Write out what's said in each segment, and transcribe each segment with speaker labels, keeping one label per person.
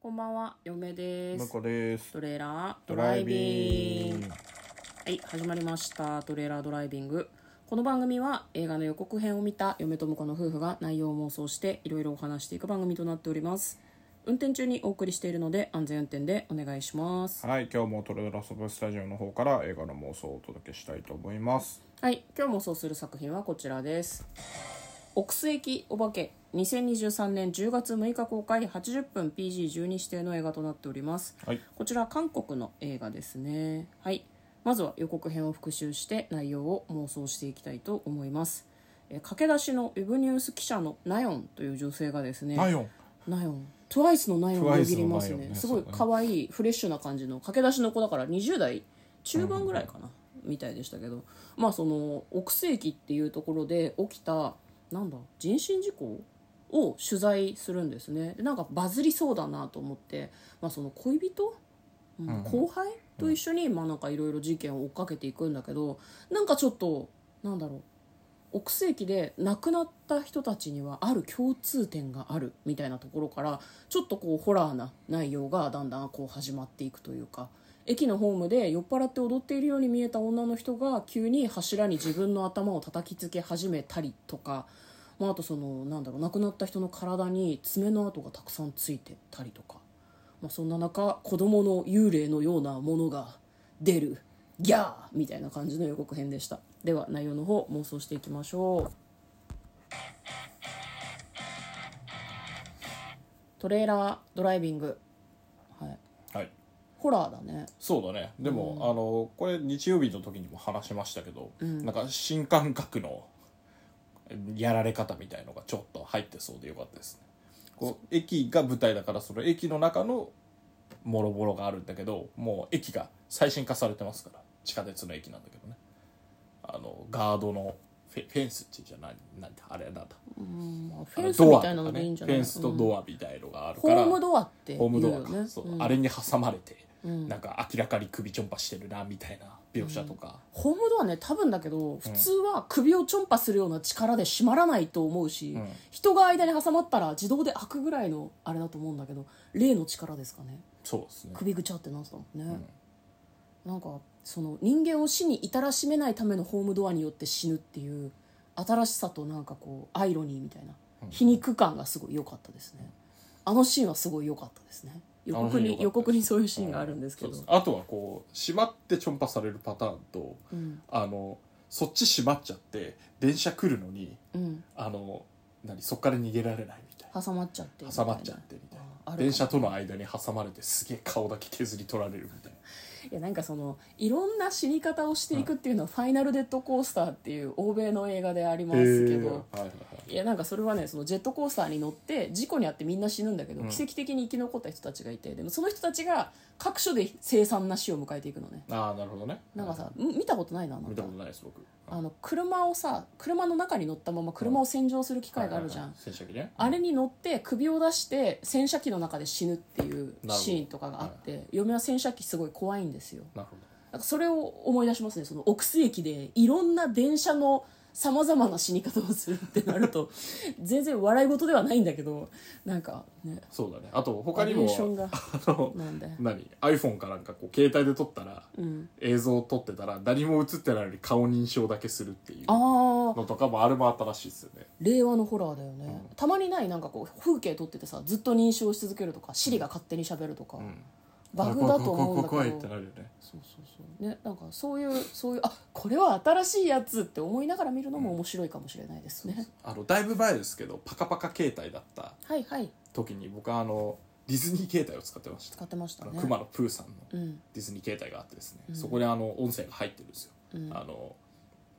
Speaker 1: こんばんは、嫁です。
Speaker 2: 向こうです
Speaker 1: トレーラード
Speaker 2: ド
Speaker 1: ラ
Speaker 2: ラ
Speaker 1: イ
Speaker 2: イ
Speaker 1: ビ
Speaker 2: ビ
Speaker 1: ン
Speaker 2: ン
Speaker 1: グ。はい、始まりました。トレーラードライビング。この番組は映画の予告編を見た嫁と婿の夫婦が内容を妄想していろいろお話していく番組となっております。運転中にお送りしているので安全運転でお願いします。
Speaker 2: はい今日もトレドラサブスタジオの方から映画の妄想をお届けしたいと思います
Speaker 1: はい、今日妄想する作品はこちらです。奥須駅お化け2023年10月6日公開80分 PG12 指定の映画となっております。
Speaker 2: はい
Speaker 1: こちら韓国の映画ですね。はい。まずは予告編を復習して内容を妄想していきたいと思います。えー駆け出しのウェブニュース記者のナヨンという女性がですね。
Speaker 2: ナヨン
Speaker 1: ナヨン。トワイスのナヨンを握りますね。
Speaker 2: TWICE のナヨンね
Speaker 1: すごい
Speaker 2: そうだね
Speaker 1: 可愛いフレッシュな感じの駆け出しの子だから20代中盤ぐらいかな、みたいでしたけど、まあその奥世紀っていうところで起きたなんだ人身事故を取材するんですね。でなんかバズりそうだなと思って、まあその恋人うん後輩と一緒にまあなんかいろいろ事件を追っかけていくんだけどなんかちょっとなんだろう奥世紀で亡くなった人たちにはある共通点があるみたいなところからちょっとこうホラーな内容がだんだんこう始まっていくというか駅のホームで酔っ払って踊っているように見えた女の人が急に柱に自分の頭を叩きつけ始めたりとか、まあ、あとそのなんだろう亡くなった人の体に爪の跡がたくさんついてたりとか。まあ、そんな中子供の幽霊のようなものが出るギャーみたいな感じの予告編でしたでは内容の方妄想していきましょうトレーラードライビングはい
Speaker 2: はい
Speaker 1: ホラーだね
Speaker 2: そうだねでも、あのこれ日曜日の時にも話しましたけど、なんか新感覚のやられ方みたいのがちょっと入ってそうでよかったですねこう駅が舞台だからその駅の中のもろもろがあるんだけどもう駅が最新化されてますから地下鉄の駅なんだけどねあのガードのフェフェンスっていうじゃないなんてあれなんだ
Speaker 1: まあ
Speaker 2: あ
Speaker 1: フェ
Speaker 2: の
Speaker 1: ンスみたいなの
Speaker 2: ドアとか
Speaker 1: でいいん
Speaker 2: ね
Speaker 1: じゃ
Speaker 2: フ
Speaker 1: ない
Speaker 2: ェンスとドアみたいのがある
Speaker 1: ホ
Speaker 2: から、
Speaker 1: ームドアって
Speaker 2: ホームドア
Speaker 1: 言
Speaker 2: か、
Speaker 1: うよね
Speaker 2: そう
Speaker 1: うん
Speaker 2: あれに挟まれて、なんか明らかに首ちょんぱしてるなみたいな描写とか、
Speaker 1: ホームドアね多分だけど普通は首をちょんぱするような力で閉まらないと思うし、
Speaker 2: ん
Speaker 1: 人が間に挟まったら自動で開くぐらいのあれだと思うんだけど例の力ですかね
Speaker 2: そうですね
Speaker 1: 首ぐちゃってなってたもんね、なんかその人間を死に至らしめないためのホームドアによって死ぬっていう新しさとなんかこうアイロニーみたいな皮肉感がすごい良かったですねあのシーンはすごい良かったですね予告
Speaker 2: あのシーン良かったで
Speaker 1: に
Speaker 2: す
Speaker 1: 予告にそういうシーンがあるんですけ
Speaker 2: そう
Speaker 1: ど、
Speaker 2: ですあとはこう閉まってちょんぱされるパターンと、
Speaker 1: うん
Speaker 2: あのそっち閉まっちゃって電車来るのに
Speaker 1: うん、
Speaker 2: あの何そっから逃げられないみたいな
Speaker 1: 挟まっちゃってみたいな
Speaker 2: 挟まっちゃってみたい
Speaker 1: あ
Speaker 2: な
Speaker 1: るかも
Speaker 2: 電車との間に挟まれてすげえ顔だけ削り取られるみたいない
Speaker 1: やなんかそのいろんな死に方をしていくっていうのは「ファイナル・デッド・コースター」っていう欧米の映画でありますけど、
Speaker 2: はいはいはい
Speaker 1: いやなんかそれはねそのジェットコースターに乗って事故に遭ってみんな死ぬんだけど、
Speaker 2: うん
Speaker 1: 奇跡的に生き残った人たちがいてでもその人たちが各所で凄惨な死を迎えていくのね
Speaker 2: ああなるほどね
Speaker 1: なんかさ、ん見たことないななん
Speaker 2: 見た
Speaker 1: か
Speaker 2: ことないです僕
Speaker 1: あの車をさ車の中に乗ったまま車を洗浄する機械があるじゃん、
Speaker 2: はいはいはい洗車機ね
Speaker 1: あれに乗って首を出して洗車機の中で死ぬっていうシーンとかがあって、嫁は洗車機すごい怖いんですよ
Speaker 2: なるほど
Speaker 1: なんかそれを思い出しますねその奥須駅でいろんな電車のさまざまな死に方をするってなると 全然笑い事ではないんだけどなんかね
Speaker 2: そうだねあと他にも
Speaker 1: バリエーションが
Speaker 2: あの
Speaker 1: なんで
Speaker 2: 何 iPhone かなんかこう携帯で撮ったら、
Speaker 1: うん
Speaker 2: 映像を撮ってたら何も映ってないのに顔認証だけするっていうの
Speaker 1: ああ
Speaker 2: とかもあれもあったらしいですよね
Speaker 1: 令和のホラーだよね、たまにないなんかこう風景撮っててさずっと認証し続けるとか Siri が勝手に喋るとか、
Speaker 2: ん
Speaker 1: バグだと思うんだけど
Speaker 2: 怖い怖い怖い怖いってなるよね
Speaker 1: そうそうそうねなんかそういうそういうあこれは新しいやつって思いながら見るのも面白いかもしれないですね、
Speaker 2: あのだいぶ前ですけどパカパカ携帯だった
Speaker 1: はいはい
Speaker 2: 時に僕はあのディズニー携帯を使ってました
Speaker 1: 使ってました
Speaker 2: あ
Speaker 1: ね
Speaker 2: の熊野プーさんの
Speaker 1: うん
Speaker 2: ディズニー携帯があってですね、
Speaker 1: うん
Speaker 2: そこであの音声が入ってるんですよ、
Speaker 1: うん
Speaker 2: あの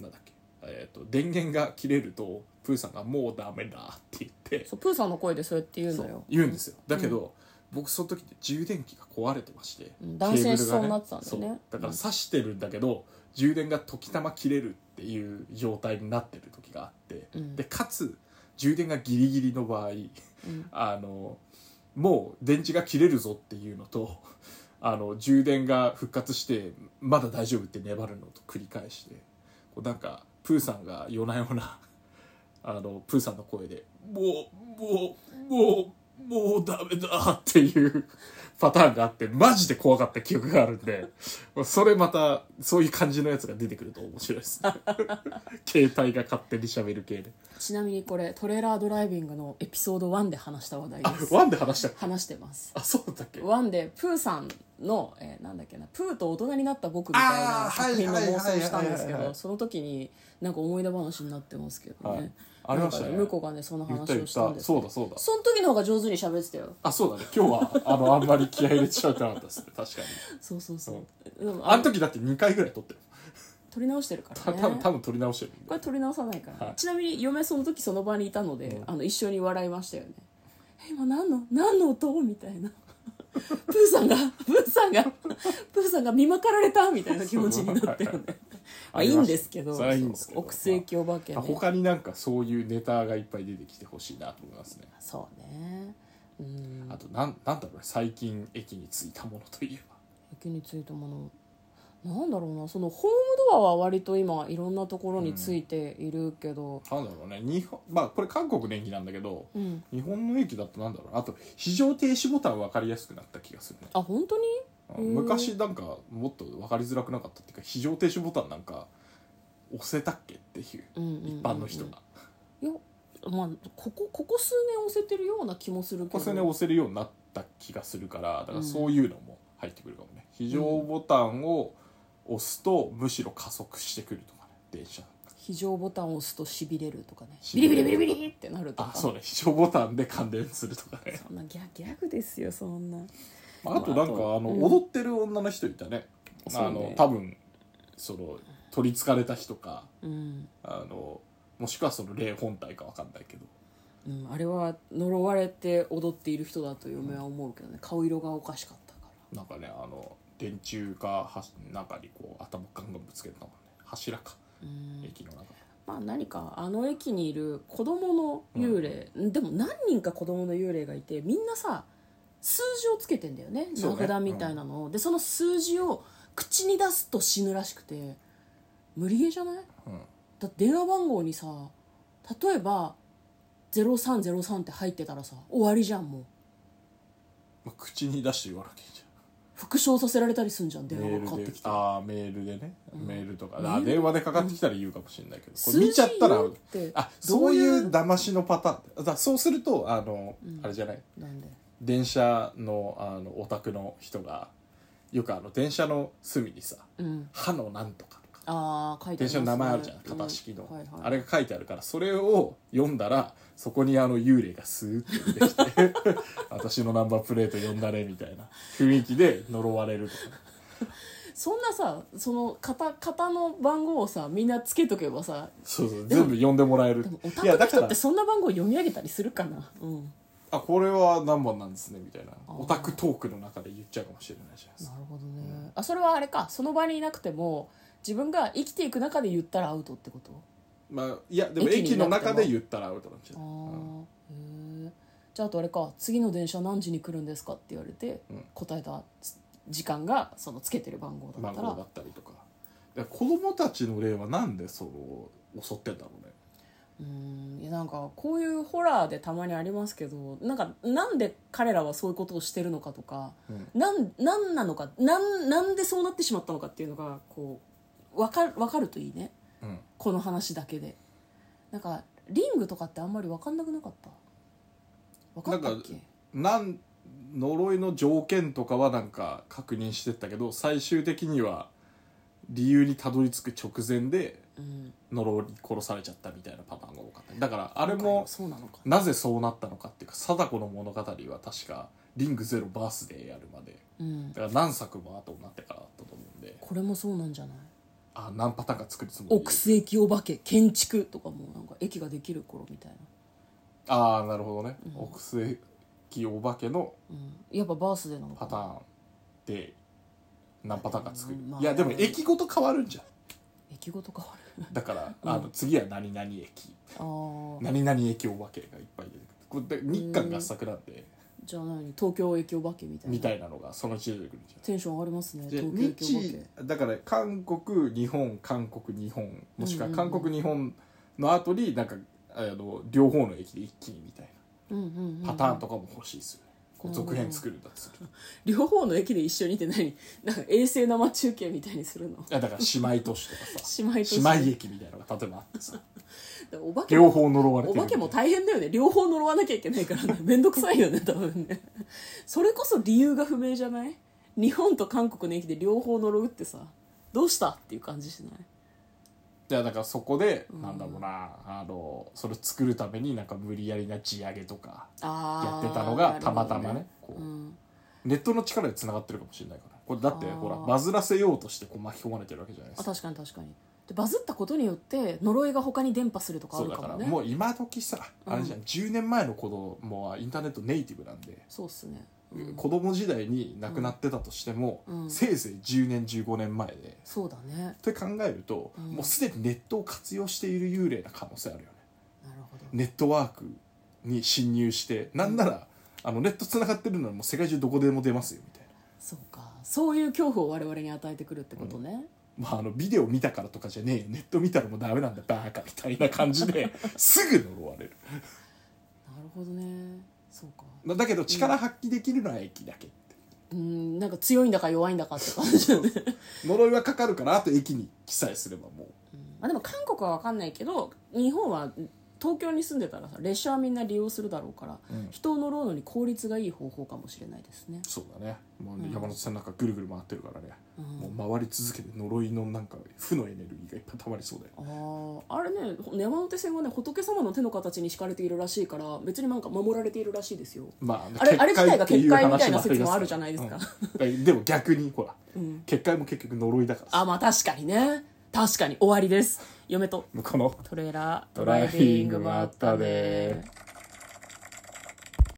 Speaker 2: なんだっけえっ、と電源が切れるとプーさんが「もうダメだ」って言って
Speaker 1: そうプーさんの声でそうやって言う
Speaker 2: そ
Speaker 1: の
Speaker 2: う
Speaker 1: よ
Speaker 2: 言うんですよだけど、僕その時って充電器が壊れてまして、
Speaker 1: うん断線しそうになってたんだ
Speaker 2: ケ
Speaker 1: よ
Speaker 2: ー
Speaker 1: ね
Speaker 2: ブルがそうだから挿してるんだけど、充電が時たま切れるっていう状態になってる時があって、
Speaker 1: うん
Speaker 2: でかつ充電がギリギリの場合、
Speaker 1: ん
Speaker 2: あのもう電池が切れるぞっていうのと あの充電が復活してまだ大丈夫って粘るのと繰り返してこうなんかプーさんが夜な夜なあのプーさんの声で「もうもうもうもうダメだっていうパターンがあって、マジで怖かった記憶があるんで、それまた、そういう感じのやつが出てくると面白いで すね。携帯が勝手に喋る系で。
Speaker 1: ちなみにこれトレーラードライビングのエピソード1で話した話題
Speaker 2: あ
Speaker 1: で、す
Speaker 2: ワンで話したっけ
Speaker 1: 話してます
Speaker 2: あ、そうだったっけ
Speaker 1: 1でプーさんの、えーなんだっけなプーと大人になった僕みたい
Speaker 2: あー
Speaker 1: な作品の
Speaker 2: はい
Speaker 1: 妄想をしたんですけ
Speaker 2: はいはいはいは
Speaker 1: ど
Speaker 2: い
Speaker 1: その時になんか思い出話になってますけどね、
Speaker 2: はいありましたね
Speaker 1: なんか向こうがねその
Speaker 2: 言った
Speaker 1: 話
Speaker 2: 言
Speaker 1: を
Speaker 2: っ
Speaker 1: したん
Speaker 2: た。
Speaker 1: ですけど
Speaker 2: そうだそうだ。
Speaker 1: その時の方が上手に喋ってたよ
Speaker 2: あ、そうだね。今日は、あの、あんまり気合い入れちゃうてなかったですね。確かに。
Speaker 1: そうそうそう、でも
Speaker 2: あの時だって2回ぐらい撮ってる。
Speaker 1: 撮り直してるから
Speaker 2: た
Speaker 1: ね
Speaker 2: 多分多分撮り直してるん
Speaker 1: こ
Speaker 2: で
Speaker 1: れ撮り直さないから、
Speaker 2: はい
Speaker 1: ちなみに嫁その時その場にいたので、
Speaker 2: うん
Speaker 1: あの一緒に笑いましたよね「え今何の何の音?」みたいなプーさんがプーさんがプーさんが見まかられたみたいな気持ちになってるねまあいいんですけど
Speaker 2: それはいいんですけど
Speaker 1: 奥世紀お化け、ね、
Speaker 2: 他になんかそういうネタがいっぱい出てきてほしいなと思いますね
Speaker 1: そうねうん
Speaker 2: あとなんなんだろうね最近駅に着いたものといえば
Speaker 1: 雪についたものなんだろうなそのホームドアは割と今いろんなところについているけど
Speaker 2: なんだろうね日本まあこれ韓国の駅なんだけど
Speaker 1: うん、
Speaker 2: 日本の駅だとなんだろうあと非常停止ボタン分かりやすくなった気がするね
Speaker 1: あ本当に
Speaker 2: うん昔なんかもっと分かりづらくなかったっていうか非常停止ボタンなんか押せたっけっていう
Speaker 1: うんうんうんうん
Speaker 2: 一般の人が
Speaker 1: いやまあここここ数年押せてるような気もするけど
Speaker 2: これそれね押せるようになった気がするからだからそういうのも入ってくるかもね、非常ボタンを押すとむしろ加速してくるとかね電車
Speaker 1: 非常ボタンを押すとしびれるとかね
Speaker 2: し
Speaker 1: ビリ
Speaker 2: びれ
Speaker 1: ビ
Speaker 2: る
Speaker 1: リビリビリってなると
Speaker 2: あ
Speaker 1: か
Speaker 2: そうね非常ボタンで感電するとか ね
Speaker 1: そんなギャギャグですよそんな
Speaker 2: あとなんかあの、
Speaker 1: うん
Speaker 2: 踊ってる女の人いたね
Speaker 1: そうね
Speaker 2: あの多分その取りつかれた人か
Speaker 1: うん、
Speaker 2: あのもしくはその霊本体かわかんないけど
Speaker 1: うん、あれは呪われて踊っている人だと嫁は思うけどね顔色がおかしかったか
Speaker 2: なんかねあの電柱かは中にこう頭ガンガンぶつけてたもんね柱から
Speaker 1: うん
Speaker 2: 駅の中
Speaker 1: まあ何かあの駅にいる子供の幽霊、でも何人か子供の幽霊がいてみんなさ数字をつけてんだよね
Speaker 2: そう
Speaker 1: 名
Speaker 2: ね
Speaker 1: 札みたいなのを、でその数字を口に出すと死ぬらしくて無理ゲーじゃない
Speaker 2: うん
Speaker 1: だって電話番号にさ例えば0303って入ってたらさ終わりじゃんもう
Speaker 2: まあ口に出して言わなきゃいいじゃん
Speaker 1: 復唱させられたりすんじゃん電
Speaker 2: メ
Speaker 1: 話
Speaker 2: ー
Speaker 1: がかか
Speaker 2: ル
Speaker 1: って
Speaker 2: で
Speaker 1: きて
Speaker 2: ああメールでね、メールとか
Speaker 1: メー
Speaker 2: あ
Speaker 1: ル
Speaker 2: 電話でかかってきたら言うかもしれないけど、こ
Speaker 1: 数
Speaker 2: れ
Speaker 1: 字
Speaker 2: 見ちゃったら
Speaker 1: 言うって
Speaker 2: あ
Speaker 1: ど
Speaker 2: そう
Speaker 1: う
Speaker 2: い
Speaker 1: いう
Speaker 2: う騙しのパターンだそうするとあの、あれじゃない
Speaker 1: なんで
Speaker 2: 電車のあのお宅の人がよくあの電車の隅にさ
Speaker 1: うん
Speaker 2: 「歯のなんとか」とか
Speaker 1: ああ書いて
Speaker 2: 電
Speaker 1: りますね
Speaker 2: 車の名前あるじゃん、
Speaker 1: う
Speaker 2: 型式の、
Speaker 1: はいはい
Speaker 2: あれが書いてあるからそれを読んだらそこにあの幽霊がスーッて出てきて 私のナンバープレート読んだねみたいな雰囲気で呪われるとか
Speaker 1: そんなさその型型の番号をさみんなつけとけばさ
Speaker 2: そうそう全部呼んでもらえる
Speaker 1: でもオタ
Speaker 2: いや
Speaker 1: クの
Speaker 2: だか
Speaker 1: 人っ
Speaker 2: ら
Speaker 1: てそんな番号読み上げたりするかなうん
Speaker 2: あこれは何番なんですねみたいな
Speaker 1: ー
Speaker 2: オタクトークの中で言っちゃうかもしれないじゃないです
Speaker 1: な
Speaker 2: か
Speaker 1: るほどねあそれはあれかその場にいなくても自分が生きていく中で言ったらアウトってこと
Speaker 2: まあいやでも駅
Speaker 1: 駅
Speaker 2: の
Speaker 1: になっても
Speaker 2: 中で言ったらアウトなんじゃ
Speaker 1: あ
Speaker 2: ない
Speaker 1: ーへえじゃああとあれか次の電車何時に来るんですかって言われて
Speaker 2: うん
Speaker 1: 答えたつ時間がそのつけてる番号だ
Speaker 2: 番
Speaker 1: った
Speaker 2: 号
Speaker 1: ら
Speaker 2: だったりとかだから子供たちの例はなんでその襲ってんだろうね
Speaker 1: うんいやなんかこういうホラーでたまにありますけどなんかなんで彼らはそういうことをしてるのかとか、なんなんなのかなんなんでそうなってしまったのかっていうのがこうわかわかるといいね
Speaker 2: うん
Speaker 1: この話だけでなんかリングとかってあんまり分かんなくなかった分かったっけ
Speaker 2: なん呪いの条件とかはなんか確認してったけど最終的には理由にたどり着く直前で
Speaker 1: うん
Speaker 2: 呪いに殺されちゃったみたいなパターンが多かっただからあれ
Speaker 1: 今回
Speaker 2: も
Speaker 1: はそうなのか
Speaker 2: なぜそうなったのかっていうか貞子の物語は確か「リングゼロバースデー」やるまで
Speaker 1: うん
Speaker 2: だから何作も後になってからだったと思うんで
Speaker 1: これもそうなんじゃない
Speaker 2: あ何パターンか作りつもり
Speaker 1: 奥世紀お化け建築とかもなんか駅ができる頃みたいな、
Speaker 2: ああなるほどね、奥末期お化けの
Speaker 1: うん、やっぱバースデーなのか
Speaker 2: パ
Speaker 1: な
Speaker 2: ターンで何パターンか作る、
Speaker 1: まあ
Speaker 2: いやでも駅ごと変わる んじゃん
Speaker 1: 駅ごと変わる
Speaker 2: だから、あの次は何々駅
Speaker 1: あー
Speaker 2: 何々駅お化けがいっぱい出てくるこれで日韓合作なんで、
Speaker 1: じゃあ何東京駅お化けみたいな
Speaker 2: みたいなのがそのうち出てくるんじゃん
Speaker 1: テンション上がりますね
Speaker 2: で
Speaker 1: 東京駅お化
Speaker 2: 日
Speaker 1: け
Speaker 2: だから韓国日本韓国日本もしくは韓国日本の後になんかあの両方の駅で一気にみたいな
Speaker 1: うんうんうん
Speaker 2: パターンとかも欲しいですよねこう続編作るんだっつって
Speaker 1: 両方の駅で一緒にって何 なんか衛星生中継みたいにするの
Speaker 2: いやだから姉妹都市と かさ
Speaker 1: 姉妹都市
Speaker 2: 姉妹駅みたいなのが例えばあってさ
Speaker 1: お化け
Speaker 2: 両
Speaker 1: も
Speaker 2: 方呪われて
Speaker 1: お
Speaker 2: る
Speaker 1: 化けも大変だよね両方呪わなきゃいけないからね面倒くさい よね多分ねそれこそ理由が不明じゃない日本と韓国の駅で両方呪うってさどうしたっていう感じしない
Speaker 2: いやだからそこで、なんだろうなあのそれ作るためになんか無理やりな地上げとかや
Speaker 1: あ
Speaker 2: っ
Speaker 1: ー
Speaker 2: てたのがたまたまね
Speaker 1: なる
Speaker 2: こ
Speaker 1: ほ
Speaker 2: う
Speaker 1: どうん
Speaker 2: ネットの力でつながってるかもしれないからこれだって
Speaker 1: あー
Speaker 2: ほらバズらせようとしてこう巻き込まれてるわけじゃないで
Speaker 1: あ
Speaker 2: すか
Speaker 1: 確かに確かにでバズったことによって呪いが他に伝播するとかあ
Speaker 2: そ
Speaker 1: る
Speaker 2: うだ
Speaker 1: か
Speaker 2: か
Speaker 1: も
Speaker 2: ら
Speaker 1: ね
Speaker 2: もう今時さあれじゃん、10年前の子供はインターネットネイティブなんで、
Speaker 1: そうっすね、うん
Speaker 2: 子供時代に亡くなってたとしても、
Speaker 1: うん
Speaker 2: せいぜい10年15年前で
Speaker 1: そうだね
Speaker 2: って考えると、
Speaker 1: うん
Speaker 2: もうすでにネットを活用している幽霊な可能性あるよね
Speaker 1: なるほど
Speaker 2: ネットワークに侵入してなんなら、あのネットつながってるならもう世界中どこでも出ますよみたい
Speaker 1: そうかそういう恐怖を我々に与えてくるってことね、
Speaker 2: な、まあ、あのビデオ見たからとかじゃねえよネット見たらもうダメなんだバカみたいな感じ ですぐ呪われる
Speaker 1: なるほどねそうか
Speaker 2: だだけど力発揮できるのは駅だけって
Speaker 1: うんなんか強いんだか弱いんだかって感じだね、
Speaker 2: 呪いはかかるからあと駅に記載すればもう
Speaker 1: まあ、でも韓国は分かんないけど日本は東京に住んでたらさ列車はみんな利用するだろうから、
Speaker 2: うん
Speaker 1: 人を乗ろうのに効率がいい方法かもしれないですね
Speaker 2: そうだねもう山手線なんかぐるぐる回ってるから
Speaker 1: う
Speaker 2: ね、
Speaker 1: ん
Speaker 2: もう回り続けて呪いのなんか負のエネルギーがいっぱい溜まりそうだよ
Speaker 1: あああれね山手線はね仏様の手の形に敷かれているらしいから別になんか守られているらしいですよ
Speaker 2: まあ、
Speaker 1: あれあれ
Speaker 2: 結界
Speaker 1: 自体が
Speaker 2: ってう
Speaker 1: 結界みたいな
Speaker 2: 話もり
Speaker 1: 説
Speaker 2: ます
Speaker 1: も
Speaker 2: から
Speaker 1: あるじゃないですか
Speaker 2: うんでも逆にほら、
Speaker 1: ん
Speaker 2: 結界も結局呪いだからさ
Speaker 1: あまあ確かにね確かに終わりです嫁と
Speaker 2: 向こうの
Speaker 1: トレーラード
Speaker 2: ドライビングもあったね